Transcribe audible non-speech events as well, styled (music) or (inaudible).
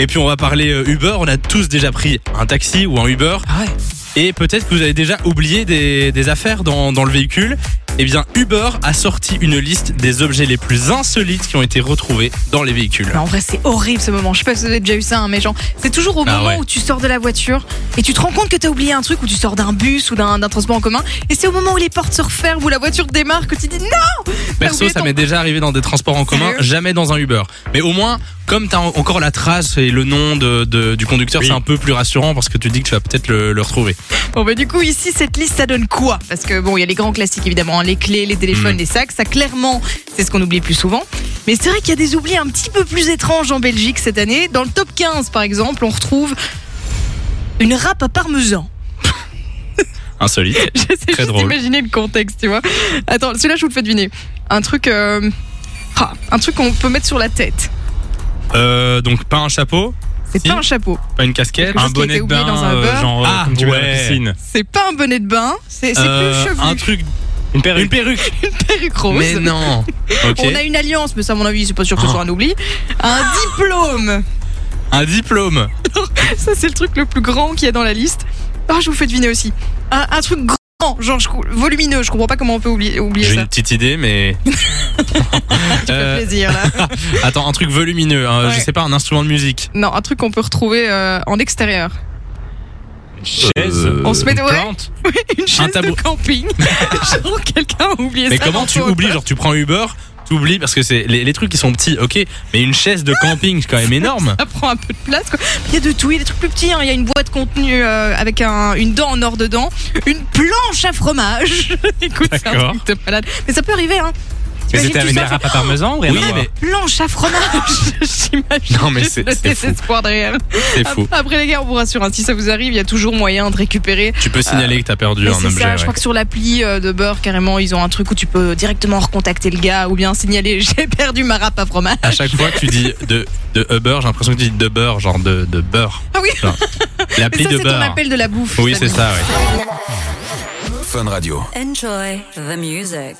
Et puis on va parler euh, Uber. On a tous déjà pris un taxi ou un Uber. Ah ouais. Et peut-être que vous avez déjà oublié des, des affaires dans, dans le véhicule. Eh bien, Uber a sorti une liste des objets les plus insolites qui ont été retrouvés dans les véhicules. Mais en vrai, c'est horrible ce moment. Je sais pas si vous avez déjà eu ça, hein, mais genre, c'est toujours au Ah moment ouais. où tu sors de la voiture et tu te rends compte que t'as oublié un truc, ou tu sors d'un bus ou d'un d'un transport en commun, et c'est au moment où les portes se referment, où la voiture démarre, que tu dis non Perso, oublié ça ton- m'est déjà arrivé dans des transports en commun, Sérieux jamais dans un Uber. Mais au moins, comme t'as en- encore la trace et le nom de, de- du conducteur, Oui. c'est un peu plus rassurant parce que tu te dis que tu vas peut-être le, le retrouver. Bon, bah, du coup, ici, cette liste, ça donne quoi Parce que bon, il y a les grands classiques évidemment, hein, les clés, les téléphones, Mhm. les sacs, ça clairement, c'est ce qu'on oublie le plus souvent. Mais c'est vrai qu'il y a des oublis un petit peu plus étranges en Belgique cette année. Dans le top 15, par exemple, on retrouve une râpe à parmesan. Insolite. (laughs) J'essaie Très juste drôle. d'imaginer le contexte, tu vois. Attends, celui-là, je vous le fais deviner. Un truc. euh, ah, un truc qu'on peut mettre sur la tête. Euh, donc, pas un chapeau, C'est Si. pas un chapeau. pas une casquette. Quelque Un chose qui a été bonnet de oublié bain, dans un euh, beurre. genre, euh, Ah, comme tu vois à la ouais. piscine. C'est pas un bonnet de bain. C'est c'est Euh, plus chevelu. un truc. Une perruque. Une perruque. Une perruque rose. Mais non. Ok. On a une alliance, mais ça, à mon avis, c'est pas sûr que ce soit un oubli. Un Ah. diplôme. Un diplôme. Ça, c'est le truc le plus grand qu'il y a dans la liste. Ah, je vous fais deviner aussi. Un, un truc grand, genre je- volumineux. Je comprends pas comment on peut oublier, oublier J'ai une ça. petite idée, mais. Ça Euh, fait plaisir, là. (laughs) attends, un truc volumineux. hein, Ouais. Je sais pas, un instrument de musique. non, un truc qu'on peut retrouver euh, en extérieur. chaise. On se met Une ouais. plante. (laughs) une chaise tabou- de camping. (laughs) Genre quelqu'un a oublié Mais ça. comment dans tu son- oublies Genre, tu prends Uber, tu oublies parce que c'est les, les trucs qui sont petits, ok, mais une chaise de camping, c'est quand même (laughs) énorme. Ça prend un peu de place. quoi. Il y a de tout, il y a des trucs plus petits. hein. Il y a une boîte contenue euh, avec un- une dent en or dedans, une planche à fromage. (laughs) Écoute, c'est un D'accord. truc de malade. Mais ça peut arriver. Hein. Mais T'imagines, c'était tu avec des sors, tu râpes à parmesan ou rien Oui, à voir mais fais, Planche (laughs) à fromage. (laughs) J'imagine. Non, mais juste c'est- le c'est fou. désespoir derrière. c'est fou. Après les gars, on vous rassure. hein, si ça vous arrive, il y a toujours moyen de récupérer. Tu peux signaler que t'as perdu Ah. Mais un c'est objet. ça, je ouais. crois que sur l'appli euh, de beurre, carrément, ils ont un truc où tu peux directement recontacter le gars ou bien signaler (laughs) j'ai perdu ma râpe à fromage. (laughs) À chaque fois que tu dis de, de Uber, j'ai l'impression que tu dis de beurre, genre de, de beurre. Ah oui. Genre, L'appli Mais ça, de c'est ton beurre. appel de la bouffe. Oui, ça, c'est ça, ouais. Fun Radio. Enjoy the music.